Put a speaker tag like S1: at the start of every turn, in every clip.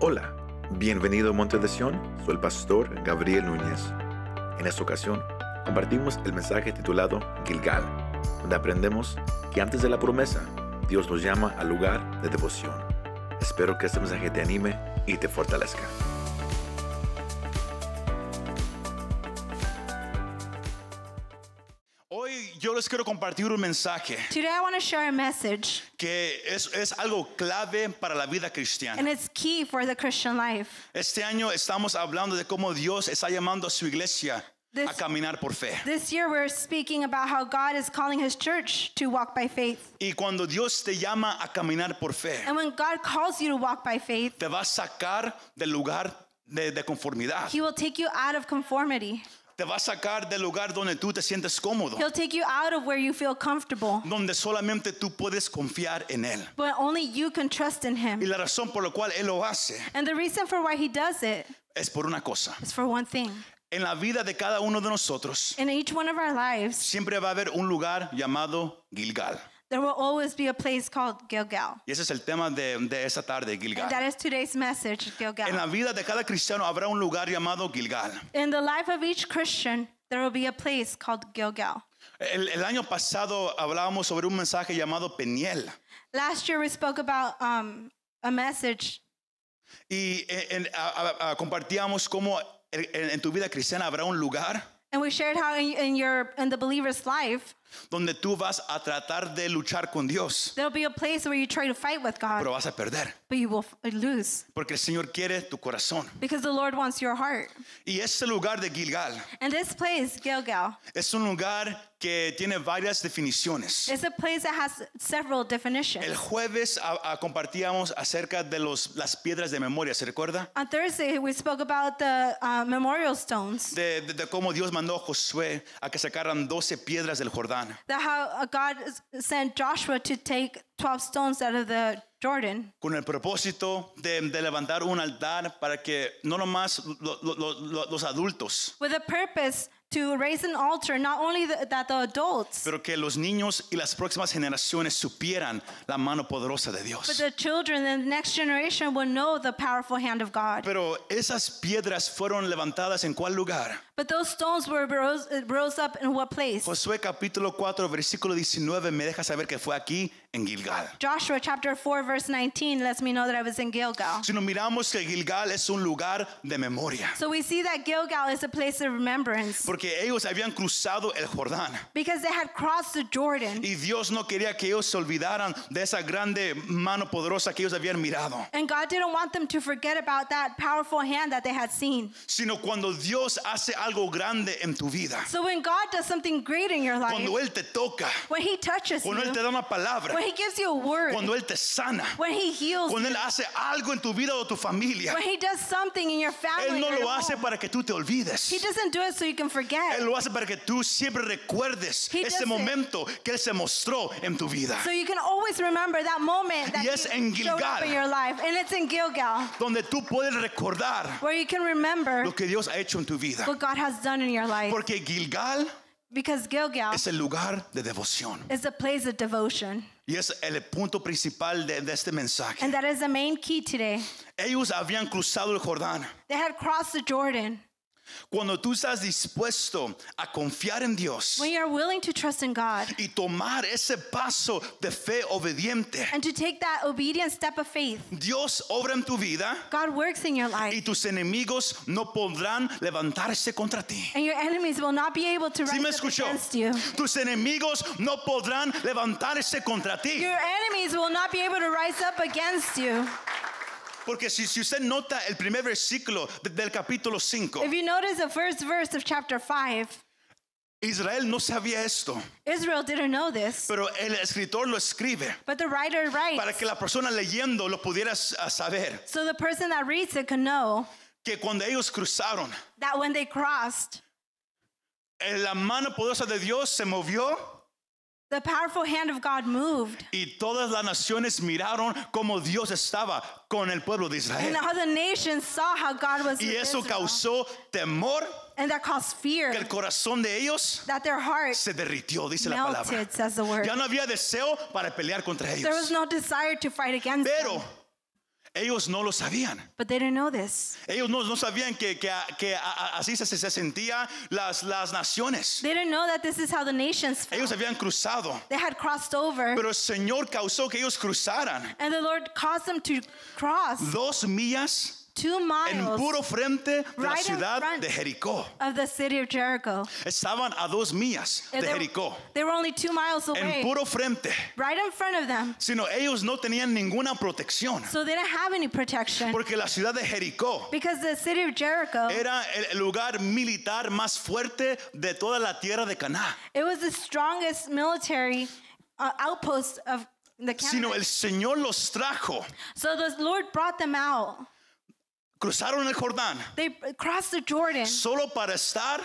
S1: Hola, bienvenido a Monte de Sion, soy el pastor Gabriel Núñez. En esta ocasión compartimos el mensaje titulado Gilgal, donde aprendemos que antes de la promesa, Dios nos llama al lugar de devoción. Espero que este mensaje te anime y te fortalezca.
S2: Hoy yo les quiero compartir un mensaje
S3: Today, I want to share a message,
S2: que es, es algo clave para la vida
S3: and
S2: cristiana.
S3: it's key for the Christian life.
S2: Este año estamos hablando de cómo Dios está llamando a su iglesia
S3: This-
S2: a caminar por fe.
S3: This year, we're speaking about how God is calling His church to walk by faith.
S2: Y cuando Dios te llama a caminar por fe,
S3: And when God calls you to walk by faith,
S2: te va a sacar del lugar de, de conformidad.
S3: He will take you out of conformity.
S2: Te va a sacar del lugar donde tú te sientes cómodo,
S3: He'll take you out of where you feel comfortable,
S2: donde solamente tú puedes confiar en Él.
S3: but only you can trust in
S2: Y
S3: Him.
S2: la razón por la cual Él lo hace
S3: And the reason for why He does it
S2: es por una cosa.
S3: is for one thing
S2: En la vida de cada uno de nosotros
S3: in each one of our lives,
S2: siempre va a haber un lugar llamado Gilgal.
S3: there will always be a place called Gilgal.
S2: Y ese es el tema de, de esta tarde,
S3: And that
S2: Gilgal.
S3: is today's message,
S2: En la
S3: Gilgal.
S2: vida de cada cristiano habrá un lugar llamado Gilgal.
S3: In the life of each Christian, there will be a place called Gilgal.
S2: El, el año pasado hablábamos sobre un mensaje llamado Peniel.
S3: Last year we spoke about um, a message,
S2: Y eh, en- en- a- a- a- compartíamos cómo en, en tu vida cristiana habrá un lugar
S3: and we shared how in, in your in the believer's life
S2: donde tú vas a tratar de luchar con Dios,
S3: there'll be a place where you try to fight with God,
S2: pero vas a perder.
S3: but you will f- lose
S2: Porque el Señor quiere tu corazón.
S3: because the Lord wants your heart.
S2: Y este lugar de Gilgal
S3: And this place, Gilgal,
S2: es un lugar que tiene varias definiciones.
S3: is a place that has several
S2: El
S3: definitions.
S2: jueves a- a- compartíamos acerca de los, las piedras de memoria, ¿se recuerda?
S3: On Thursday we spoke about the uh, memorial stones,
S2: De, de- de cómo Dios mandó a Josué a que sacaran 12 piedras del Jordán.
S3: that how uh, God s- sent Joshua to take twelve stones out of the Jordan.
S2: con el propósito de, de levantar un altar para que no nomás lo- lo- lo- lo- los adultos,
S3: With a purpose to raise an altar, not only the, that the adults,
S2: pero que los niños y las próximas generaciones supieran la mano poderosa de
S3: But
S2: Dios.
S3: the children and the next generation will know the powerful hand of God.
S2: Pero esas piedras fueron levantadas en cuál lugar?
S3: But those stones were rose, uh, rose up in what place?
S2: Josué capítulo 4 versículo 19 me deja saber que fue aquí en Gilgal.
S3: Joshua chapter 4 verse 19 lets me know that I was in Gilgal.
S2: Si nos miramos que Gilgal es un lugar de memoria,
S3: So we see that Gilgal is a place of remembrance
S2: porque ellos habían cruzado el Jordán
S3: because they had crossed the Jordan
S2: y Dios no quería que ellos se olvidaran de esa grande mano poderosa que ellos habían mirado.
S3: and God didn't want them to forget about that powerful hand that they had seen.
S2: sino cuando Dios hace algo grande en tu vida,
S3: So when God does something great in your life,
S2: cuando Él te toca,
S3: when he touches you,
S2: cuando Él te da una palabra,
S3: when he gives you a word,
S2: cuando Él te sana,
S3: when he heals,
S2: cuando Él hace algo en tu vida o tu familia,
S3: when he does something in your family,
S2: Él no
S3: or your
S2: lo hace
S3: home,
S2: para que tú te
S3: he
S2: olvides.
S3: doesn't do it so you can forget.
S2: Él lo hace para que tú siempre recuerdes
S3: He does
S2: ese
S3: it.
S2: momento que Él se mostró en tu vida,
S3: So you can always remember that moment that
S2: Yes,
S3: you
S2: en
S3: showed up
S2: Gilgal.
S3: in your life. And it's in Gilgal
S2: donde tú puedes recordar
S3: where you can remember
S2: lo que Dios ha hecho en tu vida.
S3: what God has done in your life.
S2: Porque Gilgal
S3: Because Gilgal
S2: es el lugar de devoción
S3: is a place of devotion.
S2: y es el punto principal de, de este mensaje.
S3: And that is the main key today.
S2: Ellos habían cruzado el Jordán.
S3: They had crossed the Jordan.
S2: Cuando tú estás dispuesto a confiar en Dios
S3: When you're willing to trust in God
S2: y tomar ese paso de fe obediente,
S3: and to take that obedient step of faith,
S2: Dios obra en tu vida
S3: God works in your
S2: y
S3: life.
S2: tus enemigos no podrán levantarse contra ti.
S3: And your enemies will not be able to rise
S2: ¿Sí me
S3: up
S2: escuchó?
S3: against you.
S2: Tus enemigos no podrán levantarse contra ti.
S3: Your enemies will not be able to rise up against you.
S2: Porque si, si usted nota el primer versículo de- del capítulo 5,
S3: If you notice the first verse of chapter 5,
S2: Israel no sabía esto,
S3: Israel didn't know this.
S2: pero el escritor lo escribe
S3: But the writer
S2: para
S3: writes,
S2: que la persona leyendo lo pudiera s- a saber,
S3: so the person that reads it can know
S2: que cuando ellos cruzaron,
S3: that when they crossed,
S2: Eh, La mano poderosa de Dios se movió
S3: the powerful hand of God moved,
S2: y todas las naciones miraron cómo Dios estaba con el pueblo de
S3: and
S2: Israel.
S3: all the nations saw how God was.
S2: Eh. Y
S3: with
S2: eso
S3: Israel.
S2: causó temor
S3: and that caused fear
S2: que el corazón de ellos
S3: that their heart
S2: se derritió, dice la palabra.
S3: melted, says the word.
S2: Ya no había deseo para pelear contra
S3: There
S2: ellos.
S3: was no desire to fight against
S2: Pero
S3: them.
S2: Ellos no lo sabían.
S3: But they didn't know this.
S2: Ellos no, no sabían que, que, que a- a- así se, se sentían las, las naciones.
S3: They didn't know that this is how the nations felt.
S2: Ellos habían cruzado.
S3: They had crossed over,
S2: Pero el Señor causó que ellos cruzaran
S3: and the Lord caused them to cross
S2: dos millas
S3: two
S2: en
S3: miles
S2: puro frente de la
S3: Right in
S2: ciudad
S3: front.
S2: de Jericó.
S3: of the city of Jericho.
S2: Estaban a dos millas
S3: And
S2: de
S3: they-
S2: Jericó.
S3: They were only two miles
S2: En
S3: away,
S2: puro frente.
S3: right in front of them.
S2: Sino ellos no tenían ninguna protección.
S3: So they didn't have any protection
S2: Porque la ciudad de Jericó
S3: because the city of Jericho,
S2: era el lugar militar más fuerte de toda la tierra de Canaán.
S3: it was the strongest military uh, outpost of the
S2: Sino el
S3: camp.
S2: Señor los trajo.
S3: So the Lord brought them out.
S2: Cruzaron el Jordán
S3: They crossed the Jordan
S2: solo para estar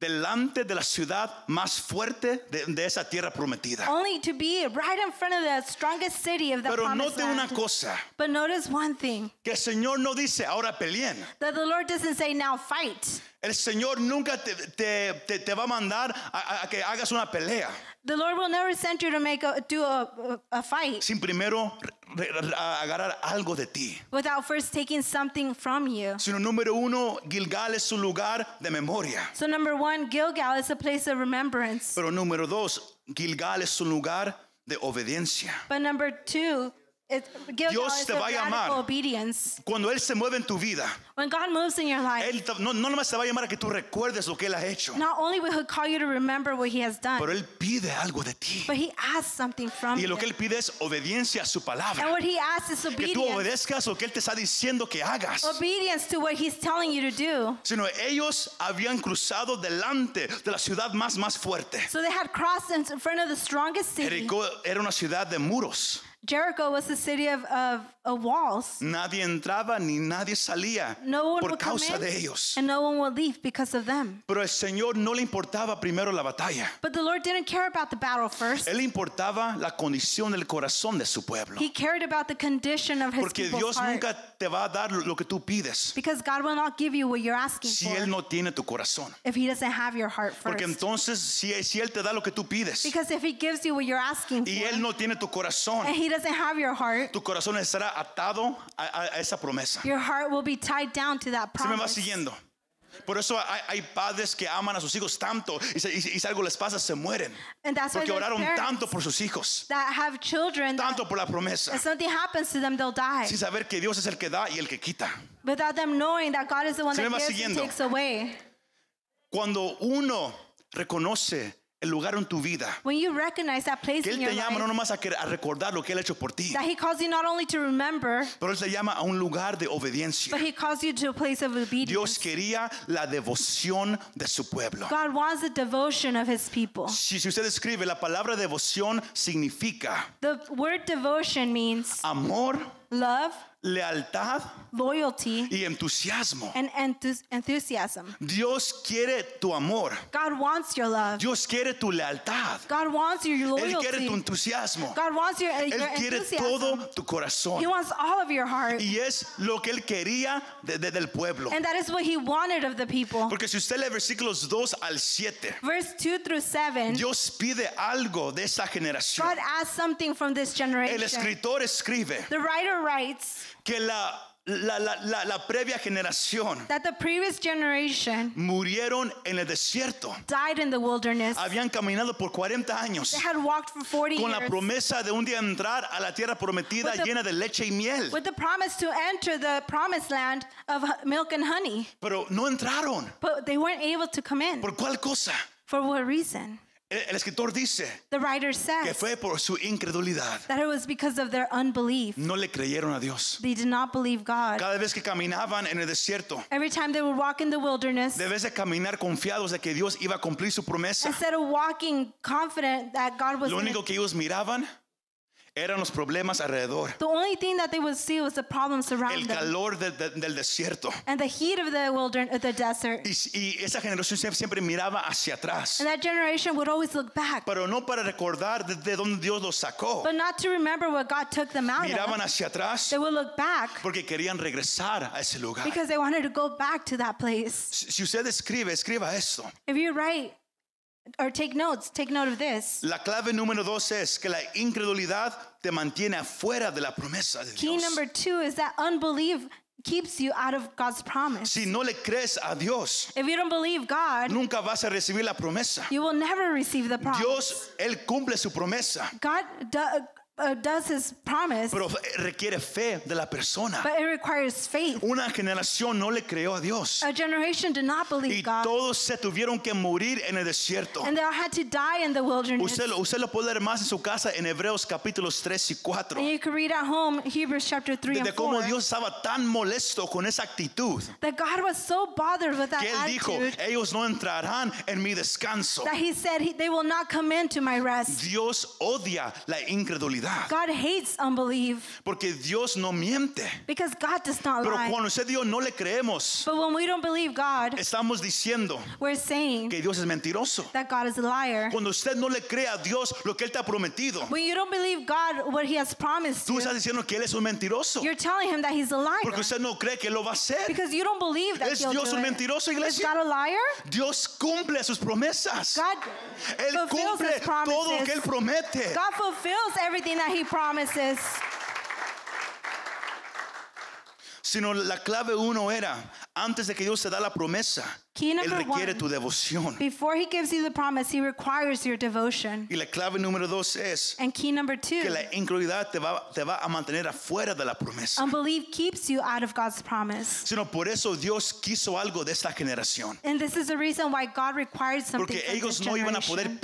S2: delante de la ciudad más fuerte de, de esa tierra prometida.
S3: only to be right in front of the strongest city of Oh, the
S2: Pero
S3: promised
S2: note una
S3: land.
S2: cosa,
S3: But notice one thing
S2: que el Señor no dice, ahora peleen.
S3: that the Lord doesn't say now fight.
S2: El Señor nunca te, te- te- te va a mandar a, a- a que hagas una pelea
S3: The Lord will never send you to make a do a, a fight
S2: sin primero re- re- a- agarrar algo de ti.
S3: without first taking something from you.
S2: Sino número uno, Gilgal es su lugar de memoria.
S3: So number one, Gilgal is a place of remembrance.
S2: Pero número dos, Gilgal es un lugar de obediencia.
S3: But number two, it, Gilgal
S2: Dios
S3: is
S2: te
S3: a
S2: va a
S3: radical
S2: llamar.
S3: obedience.
S2: Cuando Él se mueve en tu vida,
S3: When God moves in your life,
S2: Él ta- no, no nomás te va a llamar a que tú recuerdes lo que Él ha hecho,
S3: not only will He call you to remember what He has
S2: pero
S3: done,
S2: Él pide algo de ti.
S3: but He asks something from
S2: Y
S3: you.
S2: lo que Él pide es obediencia a su
S3: And
S2: palabra.
S3: what He asks is
S2: Que tú
S3: obedience.
S2: obedezcas lo que Él te está diciendo que hagas.
S3: Obedience to what He's telling you to do.
S2: Sino ellos habían cruzado delante de la ciudad más, más fuerte.
S3: So they had crossed in front of the strongest city.
S2: Jericó era una ciudad de muros.
S3: Jericho was the city of, of, of walls.
S2: Nadie entraba ni nadie salía
S3: No one
S2: por
S3: would come
S2: causa
S3: in,
S2: de ellos.
S3: and no one would leave because of them.
S2: Pero el Señor no le importaba primero la batalla.
S3: But the Lord didn't care about the battle first.
S2: Él importaba la condición del corazón de su pueblo.
S3: He cared about the condition of his
S2: Porque
S3: people's
S2: Dios
S3: heart.
S2: nunca te va a dar lo que tú pides
S3: because God will not give you what you're asking
S2: si
S3: for
S2: Él no tiene tu corazón.
S3: if He doesn't have your heart first.
S2: Porque entonces, si, si Él te da lo que tú pides
S3: because if He gives you what you're asking
S2: y
S3: for
S2: Él no tiene tu corazón,
S3: and He doesn't have your heart,
S2: tu corazón estará atado a, a- a esa promesa.
S3: your heart will be tied down to that
S2: Se me va
S3: promise.
S2: siguiendo. Por eso hay, hay padres que aman a sus hijos tanto y, se- y si- y si algo les pasa, se mueren.
S3: And that's why
S2: Porque
S3: there's
S2: oraron
S3: parents
S2: tanto por sus hijos,
S3: that have children, that
S2: tanto por la promesa,
S3: if something happens to them, they'll die.
S2: sin saber que Dios es el que da y el que quita.
S3: without them knowing that God is the one
S2: Se me
S3: that
S2: va
S3: gives
S2: siguiendo.
S3: and takes away.
S2: Cuando uno reconoce el lugar en tu vida,
S3: When you recognize that place
S2: que
S3: in
S2: Él
S3: your
S2: te llama
S3: life,
S2: no nomás a, que- a recordar lo que Él ha hecho por ti,
S3: that He calls you not only to remember,
S2: pero Él te llama a un lugar de
S3: but
S2: obediencia.
S3: He calls you to a place of obedience.
S2: Dios quería la devoción de su pueblo.
S3: God wants the devotion of His people.
S2: Si, si usted escribe, la palabra devoción significa
S3: The word devotion means
S2: amor,
S3: love,
S2: lealtad
S3: loyalty,
S2: y entusiasmo.
S3: and enthus- enthusiasm.
S2: Dios quiere tu amor.
S3: God wants your love.
S2: Dios quiere tu lealtad.
S3: God wants your
S2: Él quiere tu
S3: loyalty.
S2: entusiasmo.
S3: God wants your, your
S2: Él quiere
S3: enthusiasm.
S2: todo tu corazón.
S3: He wants all of your heart.
S2: Y es lo que él quería de- de- del pueblo.
S3: And that is what He wanted of the people.
S2: Porque si usted lee versículos 2 al 7,
S3: Verse 2 through 7.
S2: Dios pide algo de esa
S3: God
S2: generación.
S3: asks something from this
S2: El
S3: generation.
S2: escritor escribe
S3: The writer writes
S2: que la, la, la- la- la previa generación
S3: that the previous generation
S2: murieron en el desierto.
S3: died in the wilderness.
S2: Habían caminado por 40 años
S3: They had walked for 40
S2: con la
S3: years
S2: promesa de un día entrar a la tierra prometida
S3: With the-
S2: llena de leche y miel.
S3: with the promise to enter the promised land of h- milk and honey.
S2: Pero no entraron.
S3: But they weren't able to come in.
S2: ¿Por cuál cosa?
S3: For what reason?
S2: El, el escritor dice
S3: The writer
S2: que
S3: says
S2: fue por su incredulidad.
S3: that it was because of their unbelief.
S2: No le creyeron a Dios.
S3: They did not believe God.
S2: Cada vez que caminaban en el desierto,
S3: Every time they would walk in the wilderness,
S2: debes de caminar confiados de que Dios iba a cumplir su promesa.
S3: instead of walking confident that God was
S2: Lo
S3: gonna-
S2: único que ellos miraban eran los problemas alrededor,
S3: the only thing that they would see was the problems
S2: el
S3: around them.
S2: calor del- del- del desierto.
S3: and the heat of the wilderness, of the desert.
S2: Y, y esa generación siempre, siempre miraba hacia atrás,
S3: And that generation would always look back,
S2: pero no para recordar de, de dónde Dios los sacó.
S3: but not to remember what God took them out
S2: Miraban
S3: of.
S2: hacia atrás
S3: They would look back
S2: porque querían regresar a ese lugar.
S3: because they wanted to go back to that place.
S2: Si si usted escribe, escriba esto.
S3: If you write or take notes, take note of this.
S2: La clave número dos es que la incredulidad te mantiene afuera de la promesa de
S3: Key
S2: Dios.
S3: number two is that unbelief keeps you out of God's promise.
S2: Si no le crees a Dios,
S3: If you don't believe God,
S2: nunca vas a recibir la promesa.
S3: you will never receive the promise.
S2: Dios, Él cumple su promesa,
S3: God do, uh, does his promise,
S2: pero eh, requiere fe de la persona.
S3: but it requires faith.
S2: Una generación no le creyó a Dios
S3: A generation did not
S2: y
S3: believe God,
S2: todos se tuvieron que morir en el desierto.
S3: and they all had to die in the wilderness.
S2: Usted, lo- usted lo puede leer más en su casa en Hebreos capítulos 3 y 4.
S3: And you can read at home Hebrews chapter 3
S2: De
S3: and
S2: de cómo
S3: 4
S2: Dios estaba tan molesto con esa actitud
S3: that God was so bothered with that
S2: que Él dijo,
S3: attitude
S2: ellos no entrarán en mi descanso.
S3: that he said, he- They will not come into my rest.
S2: Dios odia la incredulidad
S3: God hates unbelief
S2: porque Dios no miente.
S3: because God does not
S2: Pero
S3: lie.
S2: cuando usted dijo no le creemos,
S3: But when we don't believe God,
S2: estamos diciendo
S3: we're saying
S2: que Dios es mentiroso.
S3: that God is a liar.
S2: Cuando usted no le cree a Dios lo que Él te ha prometido,
S3: When you don't believe God, what he has promised
S2: tú
S3: you,
S2: estás diciendo que Él es un mentiroso
S3: you're telling him that he's a liar.
S2: porque usted no cree que lo va a hacer.
S3: Because you don't believe that
S2: ¿Es
S3: he'll
S2: Dios
S3: do
S2: un
S3: it.
S2: mentiroso,
S3: Is
S2: iglesia?
S3: God a liar?
S2: Dios cumple sus promesas.
S3: God
S2: Él
S3: fulfills
S2: cumple
S3: his
S2: todo lo que Él
S3: promises.
S2: promete.
S3: God fulfills everything that he promises.
S2: Sino la clave uno era, antes de que Dios te da la promesa,
S3: Key
S2: Él
S3: number
S2: requiere
S3: one.
S2: tu devoción.
S3: Before he gives you the promise, he requires your devotion.
S2: Y la clave número dos es
S3: And key number
S2: que
S3: two,
S2: la incredulidad te va, te va a mantener afuera de la promesa.
S3: unbelief keeps you out of God's promise.
S2: Sino por eso Dios quiso algo de esta generación.
S3: And this is the reason why God required something
S2: Porque
S3: from
S2: ellos
S3: this
S2: no iban a poder
S3: generation.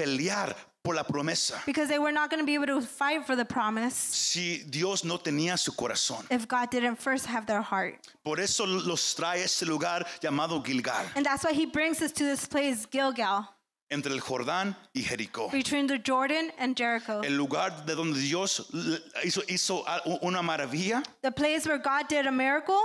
S2: pelear por la promesa
S3: because they were not going to be able to fight for the promise
S2: si Dios no tenía su corazón.
S3: if God didn't first have their heart.
S2: Por eso los trae a este lugar llamado Gilgal,
S3: And that's why he brings us to this place, Gilgal,
S2: entre el Jordán y Jericó.
S3: between the Jordan and Jericho,
S2: El lugar de donde Dios l- hizo, hizo a- u- una maravilla
S3: the place where God did a miracle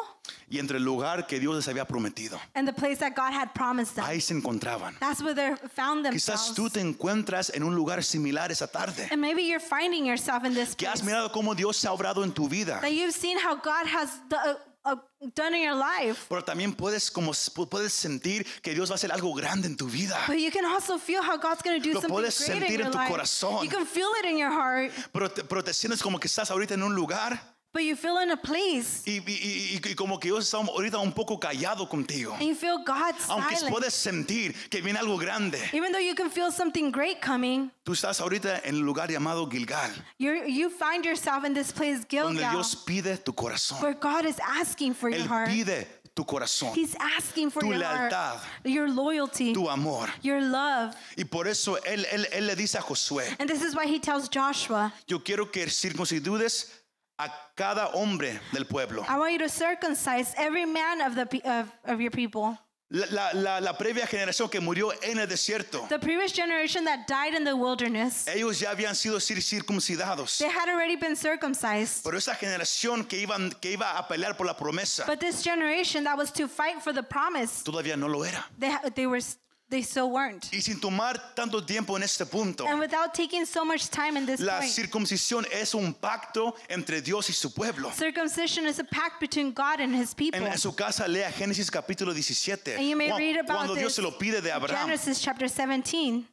S2: y entre el lugar que Dios les había prometido.
S3: and the place that God had promised them.
S2: Ahí se encontraban.
S3: That's where they found
S2: Quizás tú
S3: themselves.
S2: te encuentras en un lugar similar esa tarde.
S3: And maybe you're finding yourself in this
S2: Que has
S3: place
S2: mirado cómo Dios se ha obrado en tu vida.
S3: that you've seen how God has do- uh, uh, done in your life.
S2: Pero también puedes, como, s- pu- puedes sentir que Dios va a hacer algo grande en tu vida.
S3: But you can also feel how God's going to do
S2: Lo
S3: something
S2: puedes
S3: great
S2: sentir
S3: in your
S2: en tu
S3: life.
S2: corazón.
S3: You can feel it in your heart,
S2: Pero te, pero te sientes como que estás ahorita en un lugar
S3: but you feel in a place
S2: y, y- y- y como que Dios está ahorita un poco callado contigo.
S3: and you feel God's
S2: Aunque
S3: silence.
S2: puedes sentir que viene algo grande.
S3: Even though you can feel something great coming,
S2: Tú estás ahorita en el lugar llamado Gilgal.
S3: you you find yourself in this place,
S2: donde
S3: Gilgal,
S2: Dios pide tu corazón.
S3: where God is asking for Oh, your
S2: Él
S3: heart.
S2: pide tu corazón,
S3: He's asking for
S2: tu
S3: your heart,
S2: lealtad,
S3: your loyalty,
S2: tu amor.
S3: your love.
S2: Y por eso él, él, él le dice a Josué,
S3: And this is why he tells Joshua,
S2: yo quiero que circuncidudes a cada hombre del pueblo.
S3: I want you to circumcise every man of the pe- of, of your people.
S2: La, la- la- la previa generación que murió en el desierto,
S3: The previous generation that died in the wilderness,
S2: ellos ya habían sido cir- circuncidados.
S3: they had already been circumcised.
S2: Pero esa generación que, iban, que iba a pelear por la promesa,
S3: But this generation that was to fight for the promise,
S2: todavía no lo era.
S3: they ha- they were s- they still weren't.
S2: Y sin tomar tanto tiempo en este punto,
S3: And without taking so much time in this
S2: la
S3: point,
S2: circuncisión es un pacto entre Dios y su pueblo.
S3: Circumcision is a pact between God and his people.
S2: En, en su casa lea Génesis capítulo
S3: And
S2: 17.
S3: you may
S2: Cuan-
S3: read
S2: Cuando,
S3: about
S2: Dios
S3: this
S2: se lo pide de Abraham,
S3: Genesis chapter 17.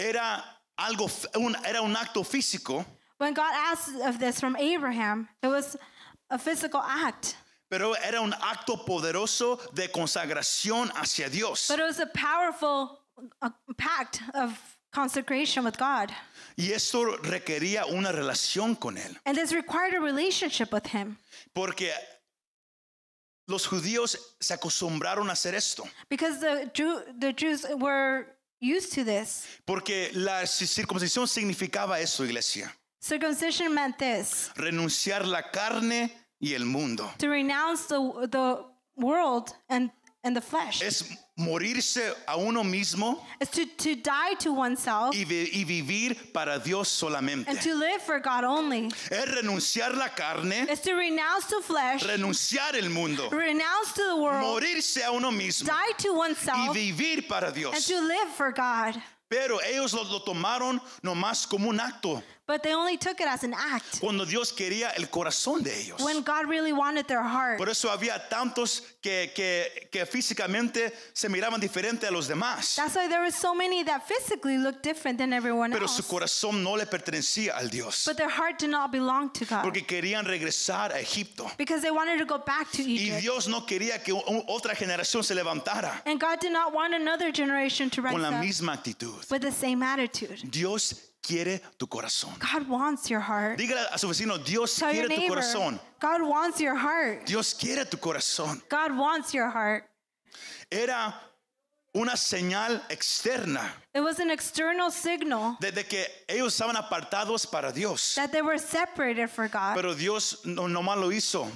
S2: era algo, f- un- era un acto físico,
S3: When God asked of this from Abraham, it was a physical act,
S2: pero era un acto poderoso de consagración hacia Dios.
S3: but it was a powerful uh, pact of consecration with God.
S2: y esto requería una relación con Él,
S3: And this required a relationship with him
S2: porque los judíos se acostumbraron a hacer esto,
S3: because the, Jew, the Jews were used to this.
S2: porque la ci- circuncisión significaba eso, iglesia,
S3: Circumcision meant this
S2: renunciar la carne y el mundo.
S3: to renounce the, the world and, and the flesh,
S2: Es morirse a uno mismo
S3: it's to, to die to oneself.
S2: y, vi- y vivir para Dios
S3: And
S2: solamente.
S3: to live for God only
S2: Es renunciar la carne,
S3: is to renounce to flesh,
S2: renunciar el mundo,
S3: renounce to the world,
S2: morirse a uno mismo
S3: die to
S2: y
S3: oneself,
S2: vivir para
S3: and
S2: Dios.
S3: to live for God.
S2: Pero ellos lo, lo tomaron nomás como un acto
S3: But they only took it as an act
S2: cuando Dios quería el corazón de ellos.
S3: when God really wanted their heart.
S2: Por eso había tantos que, que, que físicamente se miraban diferente a los demás,
S3: That's why there were so many that physically looked different than everyone
S2: pero su
S3: else.
S2: corazón no le pertenecía al Dios,
S3: But their heart did not belong to God
S2: porque querían regresar a Egipto.
S3: because they wanted to go back to
S2: Y
S3: Egypt.
S2: Dios no quería que o- otra generación se levantara
S3: And God did not want another generation to rise
S2: con la
S3: up
S2: misma actitud.
S3: with the same attitude.
S2: Dios quiere tu corazón.
S3: God wants your heart.
S2: Dígale a su vecino, Dios
S3: Tell your
S2: quiere tu
S3: neighbor,
S2: corazón.
S3: God wants your heart.
S2: Dios quiere tu corazón.
S3: God wants your heart.
S2: Era una señal externa
S3: It was an external signal
S2: de, de que ellos estaban apartados para Dios.
S3: that they were separated from God,
S2: Pero Dios no, nomás lo hizo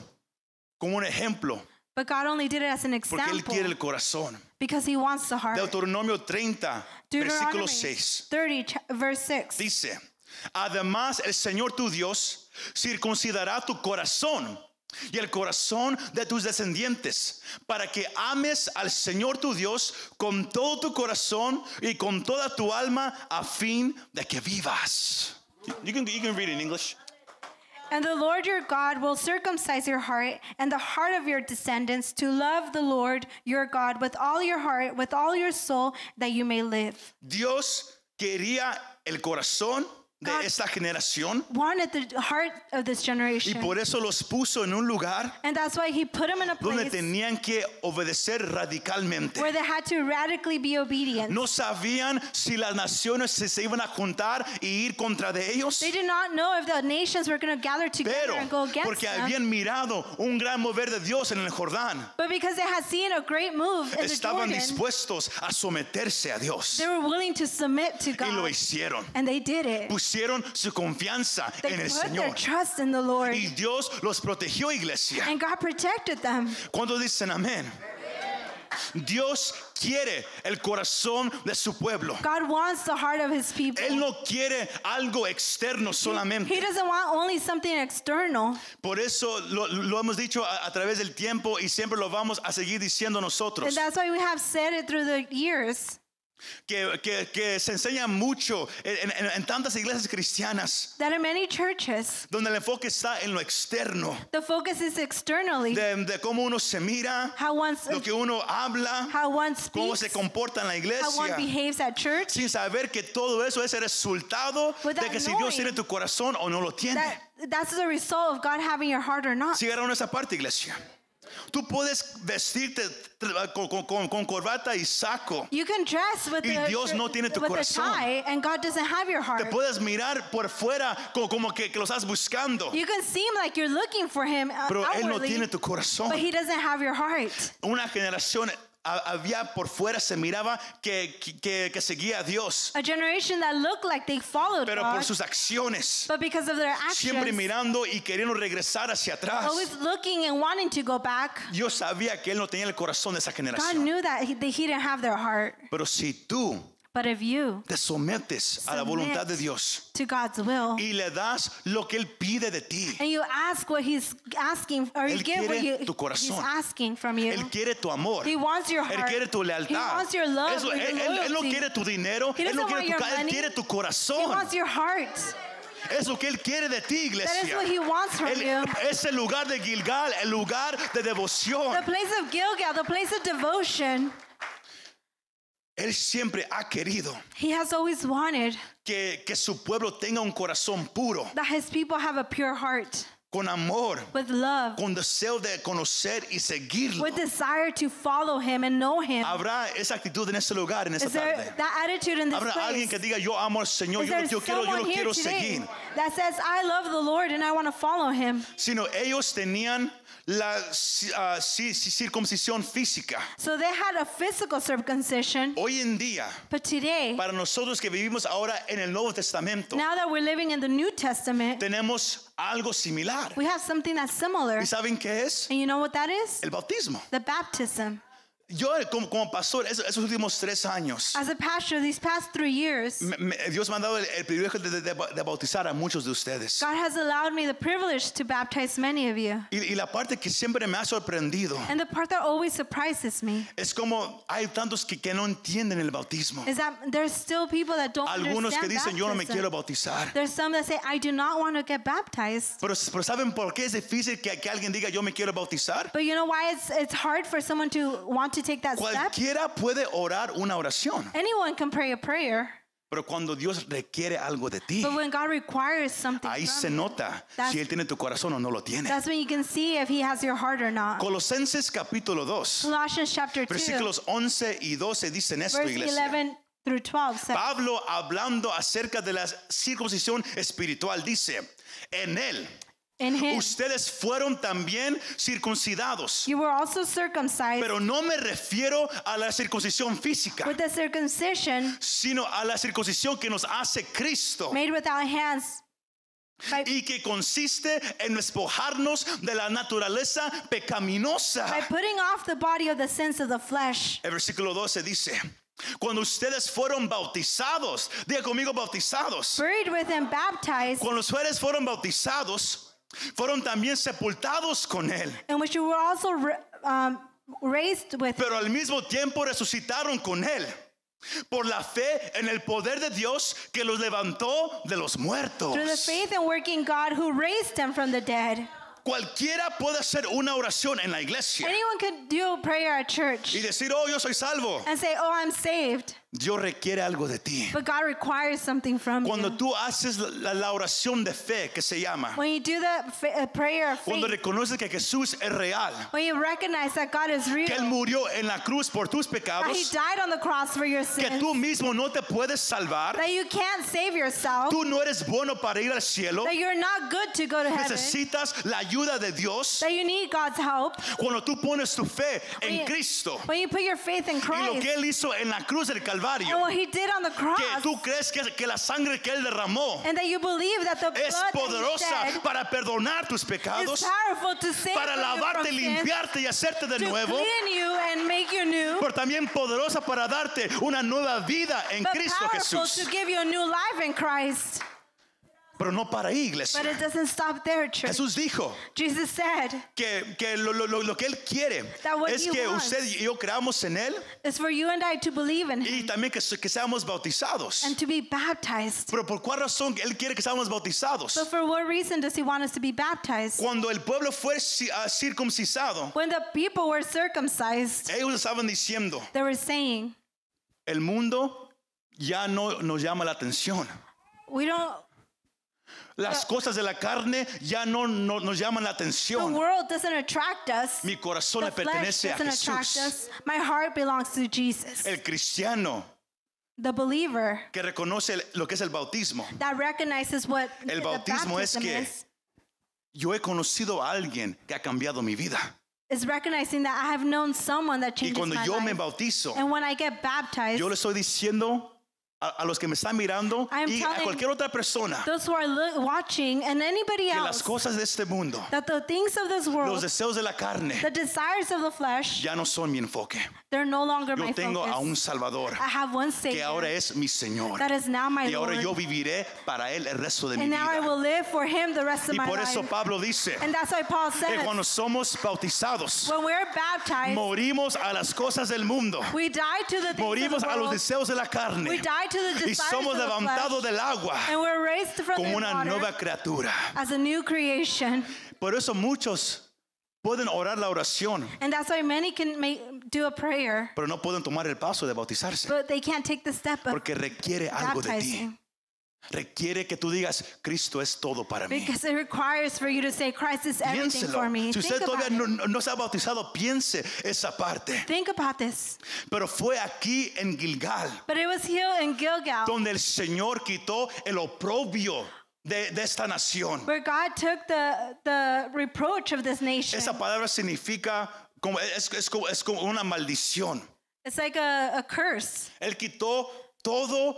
S2: como un ejemplo,
S3: but God only did it as an
S2: porque Él
S3: example
S2: quiere el corazón.
S3: because He wants the heart.
S2: Deuteronomio 30,
S3: Deuteronomy
S2: versículo 6.
S3: 30, cha- verse 6.
S2: Dice, además el Señor tu Dios circuncidará tu corazón y el corazón de tus descendientes para que ames al Señor tu Dios con todo tu corazón y con toda tu alma a fin de que vivas. You can, you can read in English.
S3: And the Lord your God will circumcise your heart and the heart of your descendants to love the Lord your God with all your heart, with all your soul, that you may live.
S2: Dios quería el corazón de
S3: God-
S2: esta generación
S3: Wanted the heart of this
S2: y
S3: generation.
S2: por eso los puso en un lugar
S3: And that's why he put them in a
S2: donde
S3: place
S2: tenían que obedecer radicalmente.
S3: where they had to radically be obedient.
S2: No sabían si las naciones se, se iban a juntar y ir contra de ellos.
S3: They did not know if the nations were going to gather together
S2: Pero
S3: and go against
S2: porque
S3: them.
S2: habían mirado un gran mover de Dios en el Jordán,
S3: But because they had seen a great move in the
S2: estaban
S3: Jordan,
S2: dispuestos a someterse a Dios
S3: they were willing to submit to
S2: y lo
S3: God.
S2: hicieron.
S3: And they did it.
S2: Pusieron su confianza
S3: They
S2: en el
S3: put their
S2: Señor
S3: trust in the Lord.
S2: y Dios los protegió, iglesia.
S3: And God protected them.
S2: Cuando dicen amén? Dios quiere el corazón de su pueblo.
S3: God wants the heart of his people.
S2: Él no quiere algo externo solamente.
S3: He doesn't want only something external.
S2: Por eso lo, lo hemos dicho a, a través del tiempo y siempre lo vamos a seguir diciendo nosotros,
S3: And that's why we have said it through the years.
S2: que, que- que se enseña mucho en, en- en tantas iglesias cristianas,
S3: That in many churches,
S2: donde el enfoque está en lo externo,
S3: the focus is externally.
S2: de, de cómo uno se mira,
S3: How one,
S2: lo que uno habla,
S3: how one
S2: cómo se
S3: speaks,
S2: comporta en la
S3: how one
S2: iglesia,
S3: behaves at church.
S2: sin saber que todo eso es el resultado de
S3: Without
S2: que si Dios
S3: knowing
S2: tiene tu corazón o no lo
S3: That
S2: tiene.
S3: that's the result of God having your heart or not.
S2: Si agarraron esa parte, iglesia. Tú puedes vestirte tra- con- con- con- con corbata y saco.
S3: You can dress with
S2: Y
S3: a,
S2: Dios no tiene tu
S3: with a
S2: corazón.
S3: tie, and God doesn't have your
S2: Te
S3: heart.
S2: puedes mirar por fuera co- como que, que lo estás buscando,
S3: You can seem like you're looking for Him uh,
S2: pero él no
S3: outwardly,
S2: tiene tu corazón.
S3: but He doesn't have your heart.
S2: Una generación ha- había por fuera se miraba que, que, que seguía a Dios,
S3: A generation that looked like they followed
S2: pero
S3: God,
S2: por sus acciones,
S3: but because of their actions,
S2: siempre mirando y queriendo regresar hacia atrás.
S3: always looking and wanting to go back.
S2: Yo sabía que él no tenía el corazón de esa
S3: God
S2: generación.
S3: knew that he, that he didn't have their heart.
S2: Pero si tú
S3: But if you,
S2: te sometes a la
S3: Submit.
S2: voluntad de Dios
S3: to God's will,
S2: y le das lo que él pide de ti,
S3: and you ask what He's asking, or you
S2: Él
S3: give what
S2: quiere
S3: you,
S2: tu
S3: He's
S2: corazón.
S3: asking from you,
S2: él quiere tu amor.
S3: He wants your
S2: Él
S3: heart.
S2: quiere tu
S3: He
S2: lealtad.
S3: wants your love,
S2: Eso,
S3: your
S2: él, él- él no
S3: loyalty.
S2: quiere tu dinero.
S3: He
S2: Él no
S3: doesn't
S2: quiere
S3: want
S2: tu,
S3: your
S2: ca- él
S3: money.
S2: quiere tu
S3: He
S2: corazón.
S3: wants your heart.
S2: Eso que él quiere de ti, iglesia.
S3: That is what he wants from
S2: Él-
S3: you.
S2: ese lugar de Gilgal, el lugar de
S3: The
S2: devoción.
S3: place of Gilgal, the place of devotion,
S2: Él siempre ha querido
S3: he has always wanted
S2: que, que su pueblo tenga un corazón puro,
S3: that his people have a pure heart
S2: con amor,
S3: with love,
S2: con deseo de conocer y seguirlo.
S3: with desire to follow him and know him.
S2: Habrá esa actitud en ese lugar, en esa
S3: Is there
S2: tarde.
S3: that attitude in this
S2: Habrá alguien que
S3: place?
S2: diga, yo amo al Señor,
S3: Is
S2: yo, lo-
S3: there
S2: yo quiero, yo
S3: someone
S2: lo
S3: here
S2: quiero
S3: today
S2: seguir.
S3: that says, I love the Lord and I want to follow him?
S2: Sino ellos tenían la ah, ci- ci- circuncisión física.
S3: So they had a physical circumcision,
S2: Hoy en día,
S3: but today,
S2: para nosotros que vivimos ahora en el Nuevo Testamento,
S3: now that we're living in the New Testament,
S2: tenemos algo similar.
S3: we have something that's similar.
S2: ¿Y saben qué es?
S3: And you know what that is?
S2: El bautismo.
S3: The baptism.
S2: Yo eh, como, como pastor, esos, esos últimos tres años,
S3: As a pastor, these past three years,
S2: me- me- Dios me ha dado el, el privilegio de, de- de bautizar a muchos de ustedes.
S3: God has allowed me the privilege to baptize many of you.
S2: Y, y la parte que siempre me ha sorprendido
S3: And the part that always surprises me
S2: es como hay tantos que, que no entienden el bautismo.
S3: is that there's still people that don't
S2: Algunos que
S3: understand
S2: dicen, yo no me
S3: baptism.
S2: quiero bautizar.
S3: There's some that say, I do not want to get baptized.
S2: Pero, pero ¿saben por qué es difícil que, que alguien diga, yo me quiero bautizar?
S3: But you know why it's, it's hard for someone to want to take that step?
S2: Cualquiera puede orar una oración,
S3: Anyone can pray a prayer,
S2: pero cuando Dios requiere algo de ti,
S3: but when God requires something,
S2: ahí se
S3: from you,
S2: nota
S3: That's-
S2: si Él tiene tu corazón o no lo tiene.
S3: that's when you can see if He has your heart or not.
S2: Colosenses capítulo 2,
S3: Colossians chapter 2,
S2: versículos 11 y 12 dicen esto,
S3: verse
S2: iglesia.
S3: 11 through 12 says,
S2: Pablo hablando acerca de la circuncisión espiritual dice, en Él
S3: In Him
S2: ustedes fueron también circuncidados.
S3: you were also circumcised
S2: Pero no me refiero a la circuncisión física,
S3: with the circumcision
S2: sino a la circuncisión que nos hace Cristo
S3: made without hands. By,
S2: y que consiste en despojarnos de la naturaleza
S3: by
S2: pecaminosa.
S3: putting off the body of the sins of the flesh.
S2: El versículo 12 dice, cuando ustedes fueron bautizados, diga conmigo bautizados,
S3: Buried with and baptized,
S2: cuando ustedes fueron bautizados, fueron también sepultados con Él,
S3: in which you were also ra- um, raised with
S2: pero al mismo tiempo resucitaron con Él. Por la fe en el poder de Dios que los levantó de los muertos.
S3: through the faith and working God who raised them from the dead.
S2: Cualquiera puede hacer una oración en la iglesia
S3: Anyone could do a prayer at church
S2: y decir, oh, yo soy salvo.
S3: and say, Oh, I'm saved.
S2: Dios requiere algo de ti.
S3: But God requires something from
S2: Cuando
S3: you.
S2: tú haces la, la oración de fe que se llama,
S3: When you do the fa- uh, prayer of
S2: cuando
S3: faith,
S2: reconoces que Jesús es real,
S3: when you recognize that God is real,
S2: que Él murió en la cruz por tus
S3: that He
S2: pecados,
S3: died on the cross for your
S2: que
S3: sins,
S2: tú mismo no te puedes salvar,
S3: that you can't save yourself,
S2: tú no eres bueno para ir al cielo,
S3: that you're not good to go to heaven,
S2: necesitas la ayuda de Dios.
S3: that you need God's help.
S2: Cuando tú pones tu fe en
S3: When you-
S2: Cristo
S3: When you put your faith in
S2: y lo
S3: Christ
S2: que Él hizo en la cruz del
S3: and
S2: Calvario,
S3: what He did on the
S2: que
S3: cross,
S2: tú crees que, que la sangre que Él derramó
S3: and that you believe that the blood
S2: es
S3: that He shed
S2: poderosa para perdonar tus
S3: is
S2: pecados,
S3: powerful to save
S2: para
S3: you from
S2: lavarte,
S3: sin,
S2: limpiarte y hacerte de
S3: to
S2: nuevo,
S3: clean you and make you new,
S2: pero también poderosa para darte una nueva vida en
S3: but
S2: Cristo
S3: powerful
S2: Jesús.
S3: to give you a new life in Christ.
S2: Pero no para ahí,
S3: But
S2: iglesia.
S3: it doesn't stop there, church.
S2: Jesús dijo
S3: Jesus said,
S2: que, que lo, lo- lo- lo que Él quiere
S3: That what
S2: es
S3: he
S2: que
S3: wants.
S2: usted y yo creamos en Él
S3: "It's for you and I to believe in Him
S2: y también que, se- que seamos bautizados.
S3: and to be baptized."
S2: Pero ¿por cuál razón Él quiere que seamos bautizados?
S3: But for what reason does He want us to be baptized?
S2: Cuando el pueblo fue ci- ah, circuncisado,
S3: When the people were circumcised,
S2: ellos estaban diciendo,
S3: they were saying,
S2: el mundo ya no nos llama la atención.
S3: "We don't.
S2: Las cosas de la carne ya no, no- nos llaman la
S3: The
S2: atención.
S3: world doesn't attract us.
S2: Mi corazón
S3: The
S2: le
S3: flesh
S2: pertenece a
S3: doesn't attract
S2: Jesús.
S3: us. My heart belongs to Jesus,
S2: El cristiano
S3: the believer
S2: que reconoce el- lo que es el bautismo.
S3: that recognizes what
S2: El
S3: the
S2: bautismo es
S3: baptism
S2: que-
S3: is."
S2: Yo he conocido a alguien que ha cambiado mi vida.
S3: Is recognizing that I have known someone that
S2: Y
S3: changes
S2: cuando
S3: my
S2: yo me
S3: life.
S2: bautizo,
S3: And when I get baptized,
S2: yo le estoy diciendo a, a los que me están mirando
S3: I am
S2: y a
S3: telling
S2: cualquier otra persona
S3: those who are lo- watching and anybody
S2: que las
S3: else
S2: cosas de este mundo,
S3: that the things of this
S2: los
S3: world,
S2: deseos de la carne,
S3: the desires of the flesh,
S2: ya no son mi enfoque.
S3: they're no longer my
S2: Yo tengo a un
S3: focus.
S2: Salvador
S3: I have one
S2: que ahora
S3: Savior
S2: es mi Señor.
S3: that is now my
S2: Y ahora yo
S3: Lord,
S2: viviré para Él el resto de mi
S3: and now I
S2: vida.
S3: will live for Him the rest
S2: Y
S3: of my
S2: por eso
S3: life.
S2: Pablo dice
S3: And that's why Paul
S2: que
S3: said,
S2: cuando somos bautizados,
S3: when we're baptized,
S2: morimos a las cosas del mundo,
S3: we die to the things of
S2: morimos
S3: the
S2: a los
S3: world,
S2: deseos de la
S3: we
S2: carne
S3: die to the
S2: y
S3: desires
S2: somos
S3: of the
S2: levantados
S3: flesh,
S2: del agua
S3: and we're raised from
S2: como
S3: the
S2: una
S3: water
S2: nueva criatura.
S3: as a new creation.
S2: Por eso muchos pueden orar la oración,
S3: And that's why many can make, do a prayer,
S2: pero no pueden tomar el paso de bautizarse
S3: but they can't take the step of
S2: porque requiere algo de ti.
S3: baptizing.
S2: Requiere que tú digas, Cristo es todo para mí.
S3: Because it requires for you to say, Christ is everything
S2: Piénselo.
S3: for me.
S2: Si
S3: Think
S2: usted todavía
S3: about, it.
S2: no, no- no se ha bautizado, piense esa parte.
S3: Think about this.
S2: Pero fue aquí en Gilgal
S3: But it was here in Gilgal
S2: donde el Señor quitó el oprobio de, de esta nación.
S3: where God took the, the reproach of this nation.
S2: Esa palabra significa, como, es, es como, es como una maldición.
S3: It's like a, a curse.
S2: Él quitó todo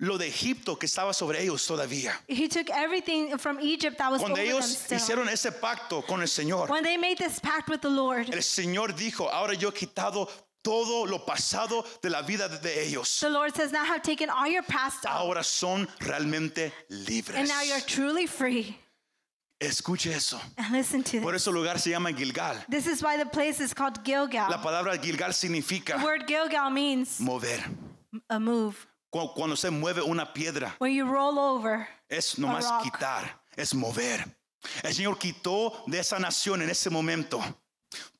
S2: lo de Egipto que estaba sobre ellos todavía.
S3: He took everything from Egypt that was
S2: Cuando
S3: over them
S2: ellos
S3: still.
S2: hicieron ese pacto con el Señor,
S3: when they made this pact with the Lord,
S2: el Señor dijo, ahora yo he quitado todo lo pasado de la vida de ellos.
S3: The Lord says, Now have taken all your past out,
S2: Ahora son realmente
S3: and
S2: libres.
S3: now you're truly free.
S2: Escuche eso.
S3: And listen to
S2: Por
S3: this.
S2: eso el lugar se llama Gilgal.
S3: This is why the place is called Gilgal.
S2: La palabra Gilgal
S3: The
S2: significa
S3: word Gilgal means
S2: mover.
S3: a move.
S2: Cu- Cuando se mueve una piedra,
S3: When you roll over,
S2: es nomás
S3: rock.
S2: quitar, es mover. El Señor quitó de esa nación en ese momento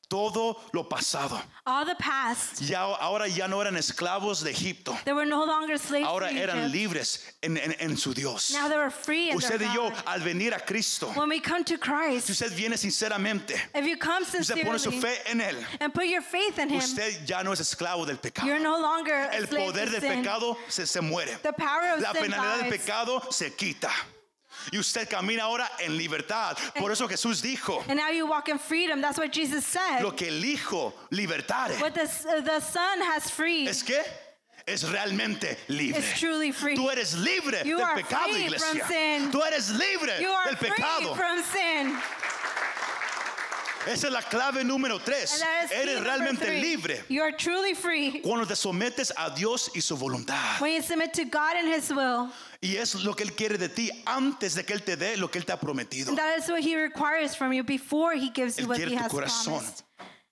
S2: todo lo pasado.
S3: all the past,
S2: Ya, ahora ya no eran esclavos de Egipto.
S3: they were no longer slaves
S2: Ahora
S3: to
S2: eran
S3: Egypt.
S2: libres en, en- en su Dios.
S3: Now they were free in their
S2: Usted y yo,
S3: God.
S2: al venir a Cristo,
S3: When we come to
S2: si
S3: Christ,
S2: usted viene sinceramente,
S3: if you come
S2: usted pone su
S3: sincerely
S2: fe en Él,
S3: and put your faith in Him,
S2: usted ya no es esclavo del pecado.
S3: Em, you're no longer a
S2: El
S3: slave
S2: poder
S3: to
S2: del
S3: sin.
S2: pecado se, se muere.
S3: The power of
S2: La
S3: sin
S2: penalidad del
S3: dies.
S2: pecado se quita. Y usted camina ahora en libertad.
S3: Eh,
S2: Por eso Jesús dijo,
S3: And now you walk in freedom. That's what Jesus said.
S2: lo que elijo libertare
S3: What the, the Son has freed
S2: es que es realmente libre.
S3: is truly free.
S2: Tú eres libre
S3: You
S2: del
S3: are
S2: pecado,
S3: free
S2: iglesia.
S3: from sin.
S2: Tú eres libre
S3: You are
S2: del
S3: free
S2: pecado.
S3: from sin.
S2: Esa es la clave número
S3: And
S2: tres.
S3: that is key
S2: Eres
S3: number
S2: realmente
S3: three.
S2: libre
S3: You are truly free
S2: cuando te sometes a Dios y su voluntad.
S3: when you submit to God and His will.
S2: Y es lo que Él quiere de ti antes de que Él te dé lo que Él te ha prometido.
S3: And that is what He requires from you before He gives you
S2: Él
S3: what
S2: quiere
S3: He
S2: tu
S3: has
S2: corazón.
S3: promised.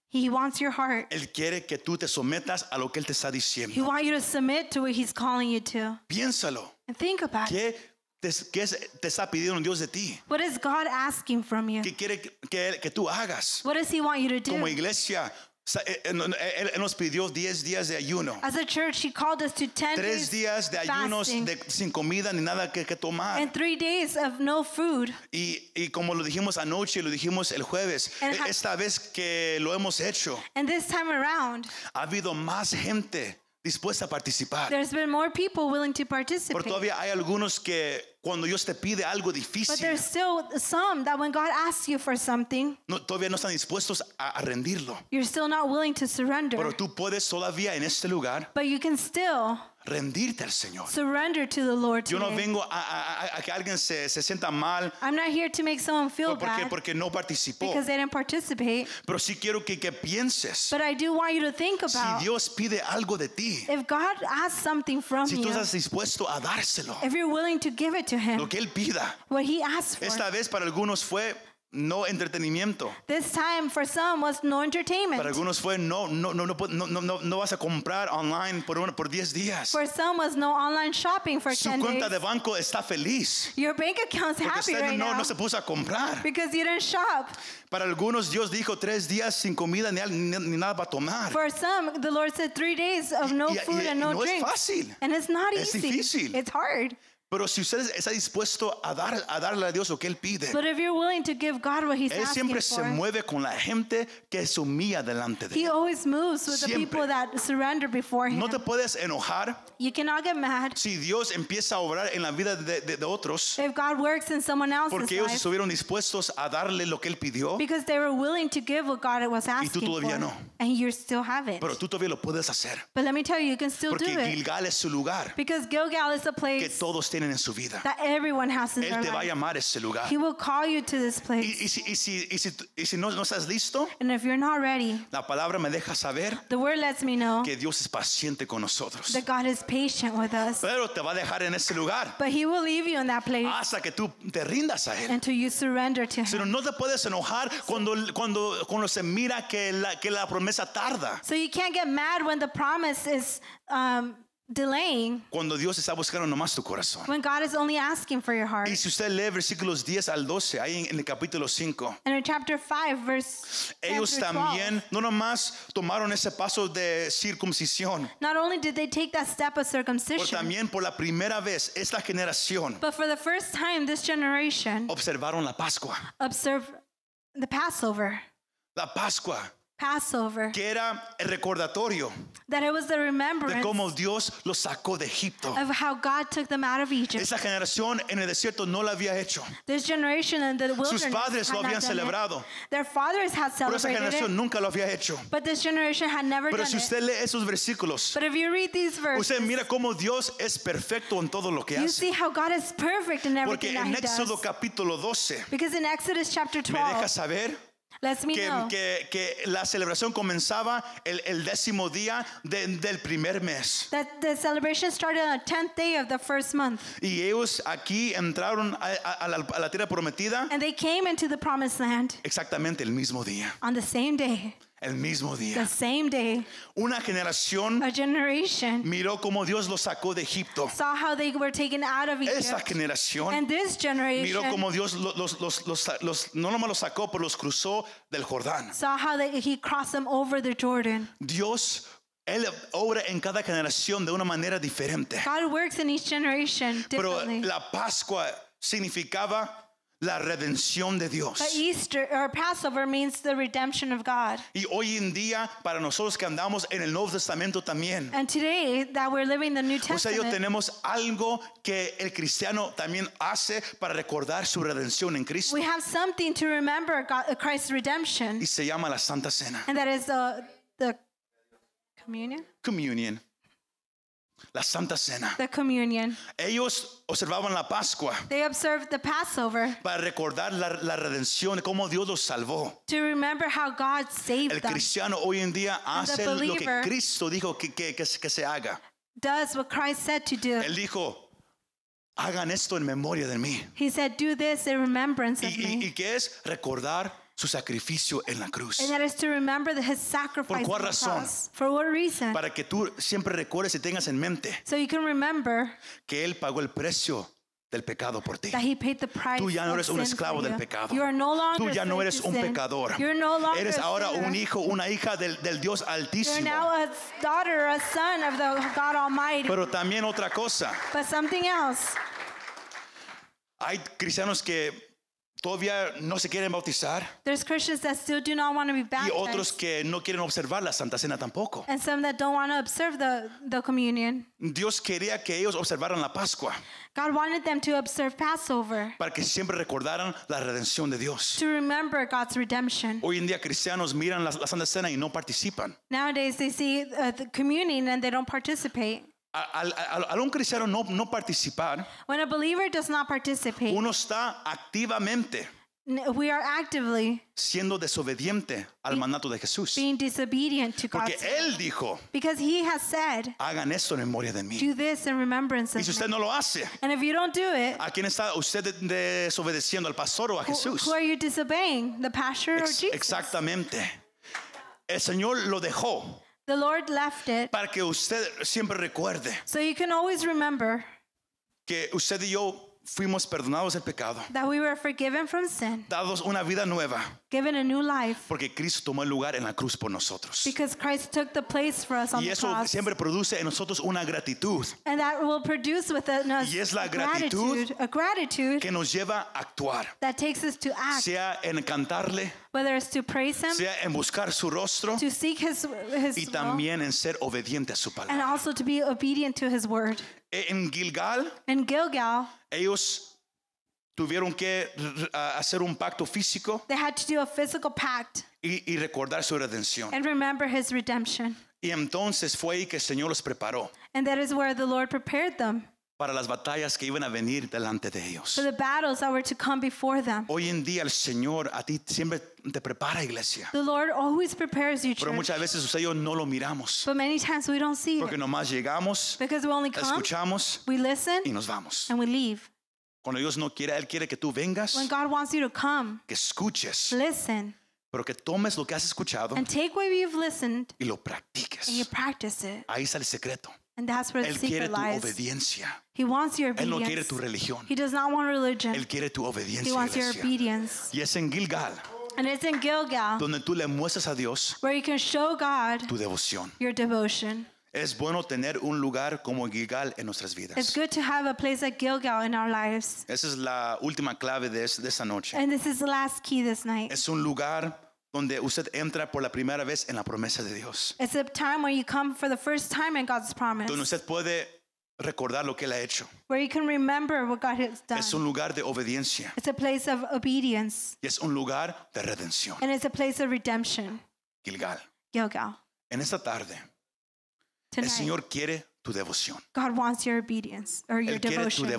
S3: He wants your heart.
S2: Él quiere que tú te sometas a lo que Él te está
S3: He
S2: diciendo.
S3: wants you to submit to what He's calling you to.
S2: Piénsalo.
S3: And think about it.
S2: ¿Qué te, qué es- te está pidiendo Dios de ti?
S3: What is God asking from you?
S2: ¿Qué quiere que, que- que tú hagas?
S3: What does He want you to
S2: Como
S3: do?
S2: iglesia, sa- eh, eh, no- no, Él, Él nos pidió 10 días de ayuno.
S3: As a church, He called us to 10
S2: Tres días de ayunos
S3: fasting
S2: de- sin comida ni nada que, que tomar.
S3: and three days of no food.
S2: Y, y como lo dijimos anoche y lo dijimos el jueves,
S3: And
S2: e-
S3: ha-
S2: esta vez que lo hemos hecho,
S3: And this time around,
S2: ha habido más gente dispuesta a participar.
S3: there's been more people willing to
S2: Pero
S3: participate.
S2: todavía hay algunos que cuando Dios te pide algo
S3: But
S2: difícil,
S3: there's still some that when God asks you for something,
S2: no- todavía no están dispuestos a, a rendirlo.
S3: you're still not willing to surrender.
S2: Pero tú puedes todavía en este lugar
S3: But you can still
S2: rendirte al Señor.
S3: surrender to the Lord
S2: Yo no
S3: today.
S2: vengo a, a- a- a que alguien se, se sienta mal
S3: I'm not here to make someone feel
S2: porque,
S3: bad
S2: porque no participó.
S3: because they didn't participate.
S2: Pero sí quiero que, que pienses,
S3: But I do want you to think
S2: si
S3: about
S2: Dios pide algo de ti,
S3: if God asks something from
S2: si tú
S3: you,
S2: estás dispuesto a dárselo,
S3: if you're willing to give it to
S2: lo
S3: Him,
S2: que Él pida.
S3: what He asks for.
S2: Esta vez para algunos fue no entretenimiento.
S3: This time for some was no
S2: Para
S3: entertainment.
S2: algunos fue no, no, no, no, pu- no, no, no, no vas a comprar online por, una- por 10 días.
S3: For some was no online shopping for
S2: Su
S3: 10
S2: cuenta
S3: days.
S2: de banco está feliz.
S3: Your bank account's
S2: Porque
S3: happy
S2: usted
S3: right
S2: no,
S3: now
S2: no se puso a comprar.
S3: because you didn't shop.
S2: Para algunos Dios dijo tres días sin comida ni, al- ni- ni nada para tomar.
S3: For some, the Lord said three days of no
S2: Y- y-
S3: food
S2: y-
S3: and no
S2: no es
S3: drink.
S2: fácil.
S3: And it's not
S2: Es
S3: easy.
S2: difícil. Eh,
S3: It's hard.
S2: Pero si usted está dispuesto a, dar, a darle a Dios lo que Él pide,
S3: But if you're willing to give God what He's
S2: Él
S3: asking
S2: siempre se
S3: for,
S2: mueve con la gente que se humilla delante de
S3: He
S2: Él.
S3: always moves with the
S2: Siempre.
S3: people that surrender before Him.
S2: No te puedes enojar
S3: you cannot get mad
S2: si Dios empieza a obrar en la vida de, de- de otros
S3: if God works in someone else's
S2: porque ellos
S3: life
S2: estuvieron dispuestos a darle lo que Él pidió,
S3: because they were willing to give what God was asking
S2: todavía
S3: for.
S2: no.
S3: And you still have it.
S2: pero tú todavía lo puedes hacer.
S3: but let me tell you, you can still
S2: Porque
S3: do it
S2: Gilgal es su lugar
S3: because Gilgal is a
S2: que
S3: place
S2: todos tienen en su vida.
S3: that everyone has in
S2: Él
S3: their
S2: te va a
S3: life.
S2: llamar a ese lugar.
S3: He will call you to this place.
S2: Y, y si, y si- y si- y si no, no estás listo,
S3: And if you're not ready,
S2: la palabra me deja saber
S3: the Word lets me know
S2: que Dios es paciente con nosotros.
S3: that God is patient with us.
S2: Pero te va a dejar en ese lugar
S3: But He will leave you in that place
S2: hasta que tú te rindas a Él.
S3: until you surrender to
S2: Pero
S3: Him.
S2: no te puedes enojar cuando, cuando, cuando se mira que la, que la promesa tarda.
S3: So you can't get mad when the promise is um, delaying,
S2: Cuando Dios está buscando nomás tu corazón.
S3: when God is only asking for your heart.
S2: Y si usted lee versículos 10 al 12, ahí en, en el capítulo 5,
S3: And in chapter 5, verse 10
S2: ellos
S3: through 12,
S2: también no nomás tomaron ese paso de circuncisión,
S3: not only did they take that step of
S2: pero
S3: circumcision,
S2: también por la primera vez esta generación
S3: but for the first time, this generation
S2: Oh. observaron la Pascua.
S3: observed the Passover.
S2: La Pascua,
S3: Passover.
S2: que era el recordatorio
S3: That it was the
S2: de
S3: remembrance
S2: cómo Dios los sacó de Egipto.
S3: of how God took them out of Egypt.
S2: Esa generación en el desierto no la había hecho,
S3: This generation in the wilderness
S2: padres
S3: had
S2: lo
S3: not
S2: habían
S3: done it.
S2: celebrado.
S3: Their fathers had
S2: pero esa
S3: celebrated
S2: generación
S3: it,
S2: nunca lo había hecho.
S3: but this generation had never
S2: Pero
S3: done
S2: si
S3: it.
S2: usted lee esos versículos,
S3: But if you read these verses,
S2: usted mira cómo Dios es perfecto en todo lo que
S3: you
S2: hace.
S3: see how God is perfect in
S2: Porque
S3: everything that
S2: en
S3: He does.
S2: Éxodo capítulo 12
S3: Because in Exodus chapter
S2: me deja
S3: 12,
S2: saber
S3: lets me
S2: que,
S3: know
S2: que- que la celebración comenzaba el, el décimo día de- del primer mes.
S3: that the celebration started on the 10th day of the first month.
S2: Y ellos aquí entraron a, a- a la, a la tierra prometida
S3: And they came into the promised land
S2: exactamente el mismo día.
S3: on the same day,
S2: El mismo
S3: the
S2: día.
S3: same day.
S2: Una generación
S3: A generation
S2: miró cómo Dios los sacó de Egipto.
S3: saw how they were taken out of
S2: Esa
S3: Egypt.
S2: generación
S3: And this
S2: miró
S3: generation
S2: cómo Dios lo- los, los- los- los- no nomás los sacó, pero los cruzó del Jordán.
S3: saw how they, he crossed them over the Jordan.
S2: Dios, Él obra en cada generación de una manera diferente.
S3: God works in each generation
S2: Pero
S3: differently.
S2: la Pascua significaba la redención de Dios.
S3: But Easter or Passover means the redemption of God.
S2: Y hoy en día, para nosotros que andamos en el Nuevo Testamento también,
S3: And today that we're living the New
S2: o sea, Pues yo
S3: Testament,
S2: tenemos algo que el cristiano también hace para recordar su redención en Cristo.
S3: we have something to remember God, uh, Christ's redemption,
S2: Y se llama la Santa Cena.
S3: and that is uh, the communion.
S2: Communion. La Santa Cena.
S3: The communion.
S2: Ellos observaban la Pascua
S3: They observed the Passover
S2: para recordar la, la redención, cómo Dios los salvó.
S3: to remember how God
S2: El
S3: saved them.
S2: cristiano hoy en día hace lo que
S3: believer-
S2: Cristo dijo que, que- que se- que se haga.
S3: Does what Christ said to do.
S2: Él dijo, hagan esto en memoria de mí.
S3: He said, "Do this in remembrance
S2: Y,
S3: of
S2: y,
S3: me,"
S2: y que es recordar su sacrificio en la cruz.
S3: and that is to remember the, His sacrifice
S2: cuál
S3: on the
S2: razón?
S3: cross. For what reason?
S2: Para que tú siempre recuerdes y tengas en mente
S3: So you can remember
S2: que Él pagó el precio del pecado por ti.
S3: that He paid the price.
S2: Tú ya no
S3: of
S2: eres un
S3: sin for
S2: esclavo del
S3: you.
S2: pecado.
S3: You are no longer
S2: Tú ya no
S3: slave
S2: eres
S3: to
S2: un
S3: sin.
S2: pecador.
S3: You're no longer
S2: Eres
S3: a
S2: ahora
S3: sinner.
S2: un hijo, una hija del, del Dios
S3: You're
S2: Altísimo.
S3: now a daughter, a son of the God Almighty.
S2: Pero también otra cosa.
S3: but something else.
S2: Hay cristianos que todavía no se quieren bautizar
S3: There's Christians that still do not want to be
S2: y
S3: baptized,
S2: otros que no quieren observar la Santa Cena tampoco.
S3: and some that don't want to observe the, the communion.
S2: Dios quería que ellos observaran la Pascua
S3: God wanted them to observe Passover
S2: para que siempre recordaran la redención de Dios.
S3: to remember God's redemption.
S2: Hoy en día cristianos miran la, la Santa Cena y no participan.
S3: Nowadays, they see uh, the communion and they don't participate.
S2: Al, al- al- al un cristiano no, no participar,
S3: When a believer does not participate,
S2: uno está activamente
S3: n- we are actively
S2: siendo desobediente al mandato de Jesús.
S3: being disobedient to God
S2: Porque Él dijo,
S3: because He has said,
S2: hagan esto en memoria de mí.
S3: "Do this in remembrance
S2: Y
S3: of
S2: si usted
S3: me."
S2: no lo hace,
S3: And if you don't do it,
S2: ¿a quién está usted de- desobedeciendo? ¿Al pastor o a
S3: who,
S2: Jesús?
S3: who are you disobeying? The pastor or
S2: Ex-
S3: Jesus?
S2: Exactamente. El Señor lo dejó
S3: The Lord left it
S2: para que usted siempre recuerde
S3: so you can always remember
S2: que usted y yo fuimos perdonados del pecado,
S3: that we were forgiven from sin,
S2: dados una vida nueva,
S3: given a new life
S2: porque Cristo tomó el lugar en la cruz por nosotros.
S3: because Christ took the place for us on
S2: Y
S3: the
S2: eso
S3: cross.
S2: siempre produce en nosotros una gratitud
S3: And that will produce within us
S2: Y es la
S3: a gratitude, a gratitude
S2: que nos lleva a actuar,
S3: that takes us to act,
S2: sea en cantarle,
S3: whether it's to praise Him,
S2: sea en buscar su rostro
S3: to seek His His
S2: y
S3: will,
S2: también en ser obediente a su
S3: and
S2: palabra.
S3: also to be obedient to His word.
S2: En Gilgal,
S3: In Gilgal,
S2: ellos tuvieron que r- a- hacer un pacto físico
S3: they had to do a physical pact
S2: y, y recordar su redención.
S3: and remember His redemption,
S2: Y entonces fue ahí que el Señor los preparó
S3: and that is where the Lord prepared them
S2: para las batallas que iban a venir delante de ellos.
S3: for the battles that were to come before them.
S2: Hoy en día el Señor a ti siempre te prepara, iglesia.
S3: The Lord always prepares you,
S2: Pero
S3: church,
S2: muchas veces ustedes y yo no lo miramos.
S3: but many times we don't see
S2: Porque
S3: it
S2: nomás llegamos,
S3: because we only come,
S2: escuchamos
S3: we listen,
S2: y nos vamos.
S3: and we leave.
S2: Cuando Dios no quiere, Él quiere que tú vengas,
S3: When God wants you to come,
S2: que escuches,
S3: listen,
S2: pero que tomes lo que has escuchado
S3: and take what you've listened
S2: y lo
S3: and you
S2: practiques.
S3: practice it.
S2: Ahí está el secreto.
S3: And that's where the
S2: Él quiere
S3: secret
S2: tu
S3: lies.
S2: obediencia.
S3: He wants your
S2: Él no quiere
S3: obedience.
S2: tu religión.
S3: He does not want religion.
S2: Él quiere tu
S3: He
S2: obediencia.
S3: wants your
S2: iglesia.
S3: obedience.
S2: Y es en Gilgal
S3: And it's in Gilgal
S2: donde tú le muestras a Dios
S3: where you can show God
S2: tu devoción.
S3: your devotion.
S2: Es bueno tener un lugar como Gilgal en nuestras
S3: It's
S2: vidas.
S3: good to have a place like Gilgal in our lives.
S2: Esa es la última clave de, es- de esta noche.
S3: And this is the last key this night.
S2: Es un lugar donde usted entra por la primera vez en la promesa de Dios.
S3: It's a time where you come for the first time in God's
S2: Donde
S3: promise,
S2: usted puede recordar lo que Él ha hecho.
S3: where you can remember what God has done.
S2: Es un lugar de obediencia.
S3: It's a place of obedience,
S2: Y es un lugar de redención.
S3: and it's a place of redemption.
S2: Gilgal.
S3: Gilgal.
S2: En esta tarde, el
S3: Tonight,
S2: Señor quiere tu devoción.
S3: God wants your obedience or your
S2: Él quiere tu
S3: devotion.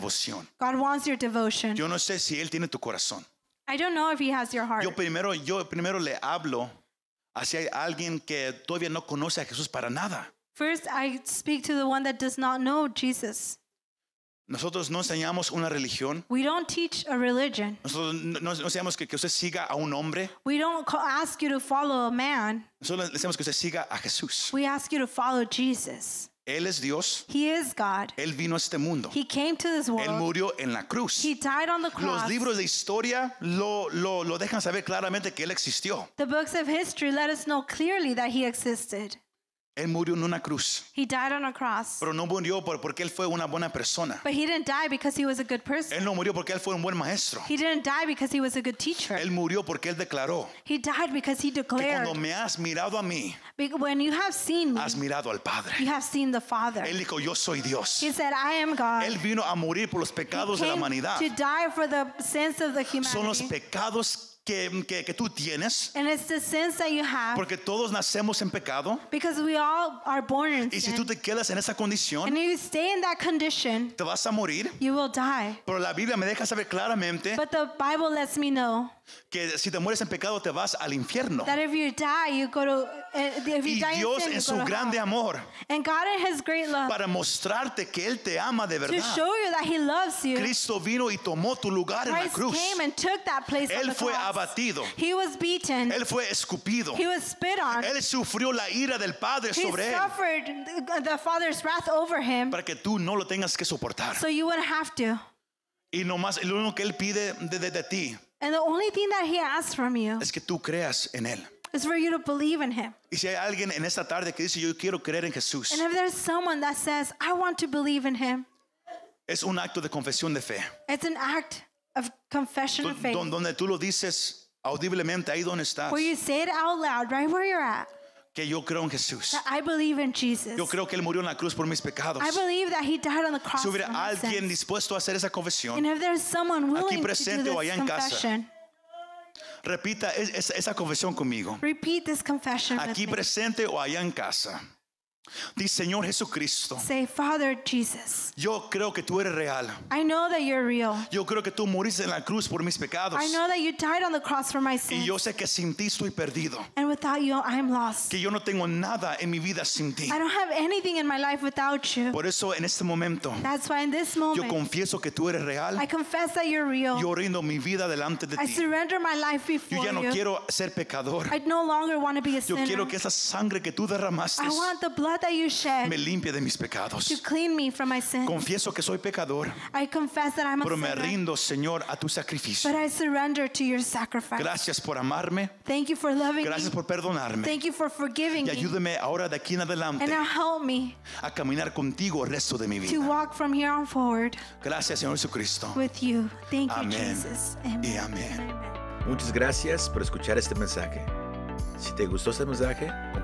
S2: devoción.
S3: God wants your devotion.
S2: Yo no sé si Él tiene tu corazón.
S3: I don't know if he has your heart.
S2: Yo primero, yo primero le hablo hacia alguien que todavía no conoce a Jesús para nada.
S3: First, I speak to the one that does not know Jesus.
S2: Nosotros no enseñamos una religión.
S3: We don't teach a religion.
S2: Nosotros no, no enseñamos que, que usted siga a un hombre.
S3: We don't ca- ask you to follow a man.
S2: Nosotros le decimos que usted siga a Jesús.
S3: We ask you to follow Jesus.
S2: Él es Dios.
S3: He is God.
S2: Él vino a este mundo.
S3: He came to this
S2: Él
S3: world.
S2: murió en la cruz.
S3: He died on the
S2: Los
S3: cross.
S2: libros de historia lo, lo, lo dejan saber claramente que Él existió.
S3: The books of history let us know clearly that he existed.
S2: Él murió en una cruz.
S3: He died on a cross.
S2: Pero no murió por, porque Él fue una buena persona.
S3: But he didn't die because he was a good person.
S2: Él no murió porque Él fue un buen maestro.
S3: He didn't die because he was a good teacher.
S2: Él murió porque Él declaró
S3: He died because he
S2: que
S3: declared,
S2: cuando me has mirado a mí,
S3: "Be- When you have seen me,
S2: has mirado al
S3: you
S2: Padre.
S3: have seen the Father.
S2: Él dijo, yo soy Dios.
S3: He said, I am God.
S2: Él vino a morir por los
S3: He
S2: pecados de la
S3: came
S2: humanidad.
S3: to die for the sins of the
S2: Son los
S3: humanity.
S2: pecados que, que, que tú tienes,
S3: And it's the sins that you have
S2: porque todos nacemos en pecado.
S3: because we all are born in
S2: Y si tú
S3: sin.
S2: te quedas en esa
S3: And
S2: condición,
S3: if you stay in that condition,
S2: te vas a morir.
S3: you will die.
S2: Pero la Biblia me deja saber claramente
S3: But the Bible lets me know
S2: que si te mueres en pecado te vas al infierno.
S3: that if you die, you go to. eh, If you
S2: Y
S3: die
S2: Dios
S3: in
S2: en
S3: sin, you
S2: su
S3: go to
S2: grande
S3: hell.
S2: amor,
S3: And God, in His great love,
S2: para mostrarte que Él te ama de
S3: to
S2: verdad.
S3: show you that He loves you,
S2: Cristo vino y tomó tu lugar en la
S3: Christ
S2: cruz.
S3: came and took that place on
S2: Él
S3: the
S2: fue
S3: cross.
S2: abatido,
S3: He was beaten.
S2: Él fue escupido,
S3: He was spit on.
S2: Él sufrió la ira del Padre
S3: He
S2: sobre Él
S3: suffered the- the Father's wrath over him
S2: para que tú no lo tengas que soportar.
S3: so you wouldn't have to.
S2: Y nomás lo único que Él pide de, de- de ti
S3: And the only thing that He asks from you
S2: es que tú creas en Él.
S3: is for you to believe in Him.
S2: Y si hay alguien en esta tarde que dice yo quiero creer en Jesús,
S3: And if there's someone that says, I want to believe in Him,
S2: es un acto de confesión de fe.
S3: it's an act of confession of
S2: Don-
S3: faith
S2: donde tú lo dices audiblemente ahí donde estás
S3: where you say it out loud right where you're at.
S2: que yo creo en Jesús
S3: that I believe in Jesus.
S2: yo creo que él murió en la cruz por mis pecados
S3: I believe that He died on the cross.
S2: si
S3: for
S2: hubiera
S3: my
S2: alguien
S3: sins.
S2: dispuesto a hacer esa
S3: And
S2: confesión
S3: if there's someone willing to do
S2: presente o allá
S3: this
S2: en casa.
S3: confession,
S2: repita es- es- esa confesión conmigo
S3: repeat this confession with
S2: aquí
S3: me.
S2: presente o allá en casa dice Señor Jesucristo
S3: Say, Father Jesus,
S2: yo creo que tú eres real
S3: I know that you're real.
S2: yo creo que tú moriste en la cruz por mis pecados
S3: I know that you died on the cross for my
S2: y
S3: sins.
S2: yo sé que sin ti estoy perdido
S3: And without you, I'm lost.
S2: que yo no tengo nada en mi vida sin ti
S3: I don't have anything in my life without you.
S2: por eso en este momento
S3: That's why in this
S2: yo
S3: moment,
S2: confieso que tú eres
S3: I
S2: real
S3: confess that you're real.
S2: yo rindo mi vida delante de
S3: I
S2: ti
S3: surrender my life
S2: Yo
S3: before
S2: ya no
S3: you.
S2: quiero ser pecador.
S3: I no longer want to be a
S2: Yo
S3: sinner.
S2: quiero que esa sangre que tú derramaste
S3: I want the blood that you
S2: me
S3: shed
S2: limpie de mis
S3: to
S2: pecados.
S3: clean me from my sin.
S2: Confieso que soy pecador,
S3: I confess that I'm a
S2: pero me
S3: sinner.
S2: rindo, Señor, a tu sacrificio.
S3: But I surrender to your sacrifice.
S2: Gracias por amarme,
S3: Thank you for loving
S2: gracias
S3: me.
S2: por perdonarme
S3: Thank you for forgiving
S2: y
S3: me.
S2: ayúdame ahora de aquí en
S3: And
S2: adelante
S3: now help me
S2: a caminar contigo el resto de mi
S3: to
S2: vida.
S3: walk from here on forward
S2: Gracias, Señor Jesucristo.
S3: with you. Thank you,
S2: Amén.
S3: Jesus. Amen.
S2: Y amén.
S1: Muchas gracias por escuchar este mensaje. Si te gustó este mensaje,